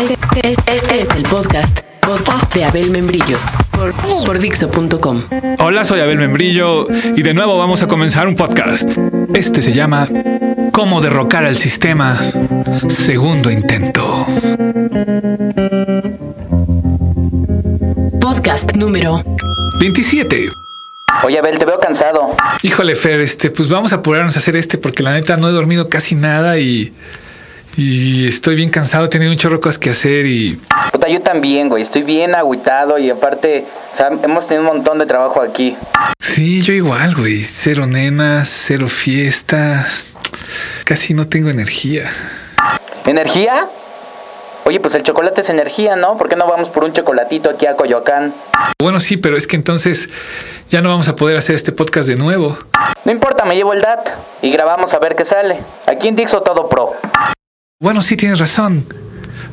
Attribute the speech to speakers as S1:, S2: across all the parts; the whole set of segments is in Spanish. S1: Este, este- este es el podcast, podcast de Abel Membrillo por, por Dixo.com.
S2: Hola, soy Abel Membrillo y de nuevo vamos a comenzar un podcast. Este se llama Cómo derrocar al sistema, segundo intento.
S1: Podcast número
S2: 27.
S3: Oye, Abel, te veo cansado.
S2: Híjole, Fer, este, pues vamos a apurarnos a hacer este porque la neta no he dormido casi nada y, y estoy bien cansado, he tenido un chorro de cosas que hacer y
S3: Puta, yo también, güey. Estoy bien agüitado y aparte, o sea, hemos tenido un montón de trabajo aquí.
S2: sí, yo igual, güey. Cero nenas, cero fiestas. Casi no tengo energía.
S3: ¿Energía? Oye, pues el chocolate es energía, ¿no? ¿Por qué no vamos por un chocolatito aquí a Coyoacán?
S2: Bueno, sí, pero es que entonces ya no vamos a poder hacer este podcast de nuevo.
S3: No importa, me llevo el DAT y grabamos a ver qué sale. Aquí en Dixo todo pro.
S2: Bueno, sí tienes razón.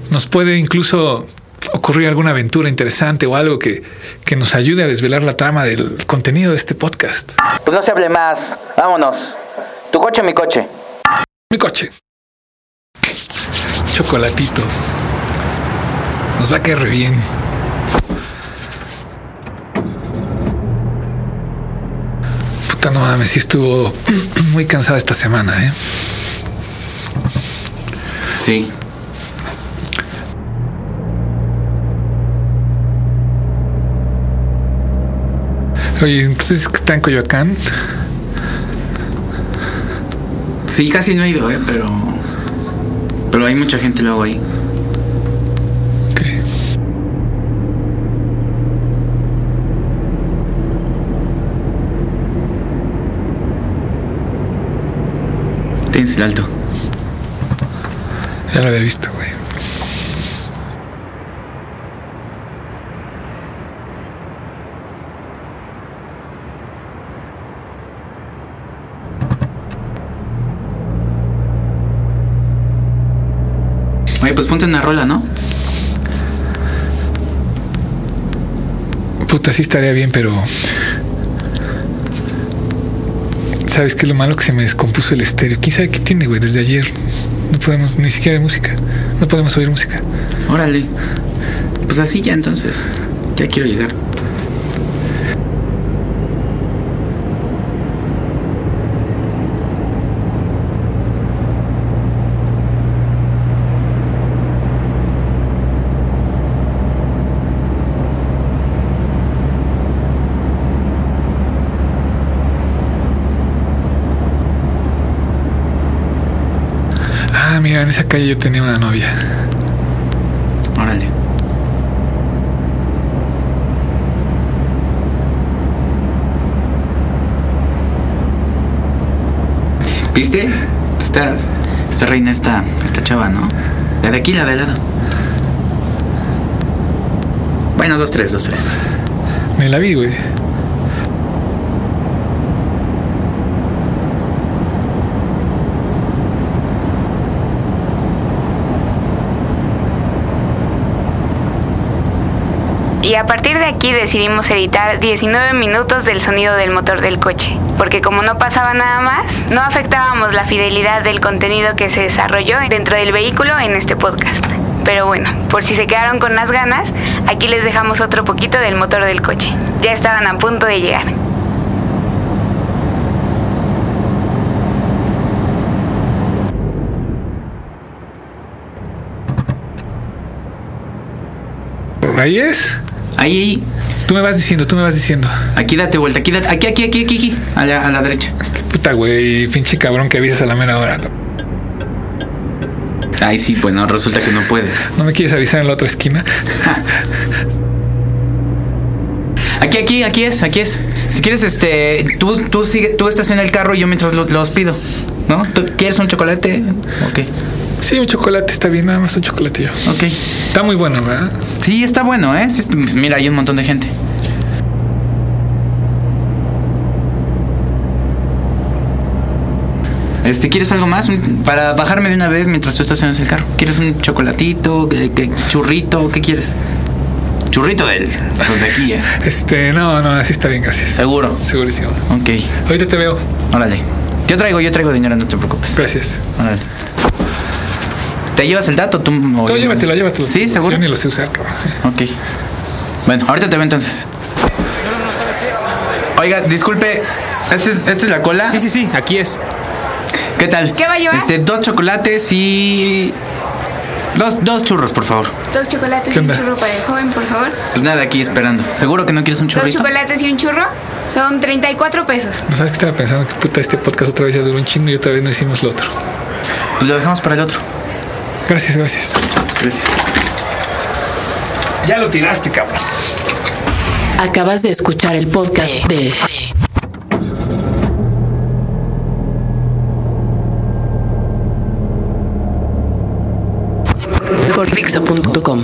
S2: Nos puede incluso ocurrir alguna aventura interesante o algo que, que nos ayude a desvelar la trama del contenido de este podcast.
S3: Pues no se hable más. Vámonos. Tu coche, mi coche.
S2: Mi coche. Chocolatito. Nos va a caer re bien. Puta no mames, sí estuvo muy cansada esta semana, ¿eh?
S4: Sí.
S2: Oye, entonces está en Coyoacán.
S4: Sí, casi no he ido, eh, pero. Pero hay mucha gente luego ahí.
S2: Ok.
S4: Tienes el alto.
S2: Ya lo había visto, güey.
S4: Oye, pues ponte una rola, ¿no?
S2: Puta, sí estaría bien, pero. ¿Sabes qué? es Lo malo que se me descompuso el estéreo. ¿Quién sabe qué tiene, güey? Desde ayer. No podemos, ni siquiera hay música. No podemos oír música.
S4: Órale. Pues así ya entonces. Ya quiero llegar.
S2: Ah, mira, en esa calle yo tenía una novia.
S4: Órale. ¿Viste? Está, está reina esta, esta chava, ¿no? La de aquí, la de al lado. Bueno, dos, tres, dos, tres.
S2: Me la vi, güey.
S5: Y a partir de aquí decidimos editar 19 minutos del sonido del motor del coche, porque como no pasaba nada más, no afectábamos la fidelidad del contenido que se desarrolló dentro del vehículo en este podcast. Pero bueno, por si se quedaron con las ganas, aquí les dejamos otro poquito del motor del coche. Ya estaban a punto de llegar.
S2: ¿Ahí es?
S4: Ahí, ahí.
S2: Tú me vas diciendo, tú me vas diciendo.
S4: Aquí date vuelta, aquí, date, aquí, aquí, aquí, aquí, aquí. A la, a la derecha.
S2: Qué puta, güey. Pinche cabrón que avisas a la mera hora.
S4: Ahí sí, bueno, resulta que no puedes.
S2: ¿No me quieres avisar en la otra esquina?
S4: Aquí, aquí, aquí es, aquí es. Si quieres, este, tú, tú sigue, tú estás en el carro y yo mientras lo- los pido, ¿no? ¿Tú quieres un chocolate? Ok,
S2: Sí, un chocolate está bien, nada más un chocolatillo.
S4: ok.
S2: Está muy bueno, ¿verdad?
S4: Sí, está bueno, ¿eh? Sí, está- pues mira, hay un montón de gente. Este, ¿quieres algo más? Un- Para bajarme de una vez mientras tú estacionas el carro. ¿Quieres un chocolatito? ¿Qué, qué- churrito? ¿Qué quieres? Churrito del, los de aquí, ¿eh?
S2: Este, no, no, así está bien, gracias.
S4: Seguro.
S2: Segurísimo.
S4: Ok,
S2: Ahorita te veo.
S4: órale. Yo traigo, yo traigo dinero, no te preocupes.
S2: Gracias.
S4: Órale. ¿Te llevas el dato? Tú, o
S2: Tú
S4: yo?
S2: llévatelo, llévatelo.
S4: Sí, seguro.
S2: Yo ni lo sé usar, cabrón.
S4: Ok. Bueno, ahorita te veo entonces. Oiga, disculpe. ¿Esta es, esta es la cola?
S6: Sí, sí, sí, aquí es.
S4: ¿Qué tal?
S5: ¿Qué va a llevar?
S4: Este, dos chocolates y. Dos, dos churros, por favor.
S5: Dos chocolates
S2: ¿Qué
S5: y un
S2: onda?
S5: churro para el joven, por favor.
S4: Pues nada, aquí esperando. ¿Seguro que no quieres un
S5: Dos
S4: churrito?
S5: chocolates y un churro son 34 pesos.
S2: No sabes que estaba pensando que puta este podcast otra vez ya duró un chingo y otra vez no hicimos lo otro.
S4: Pues lo dejamos para el otro.
S2: Gracias, gracias.
S4: Gracias.
S2: Ya lo tiraste, cabrón.
S1: Acabas de escuchar el podcast de por Dixo.com.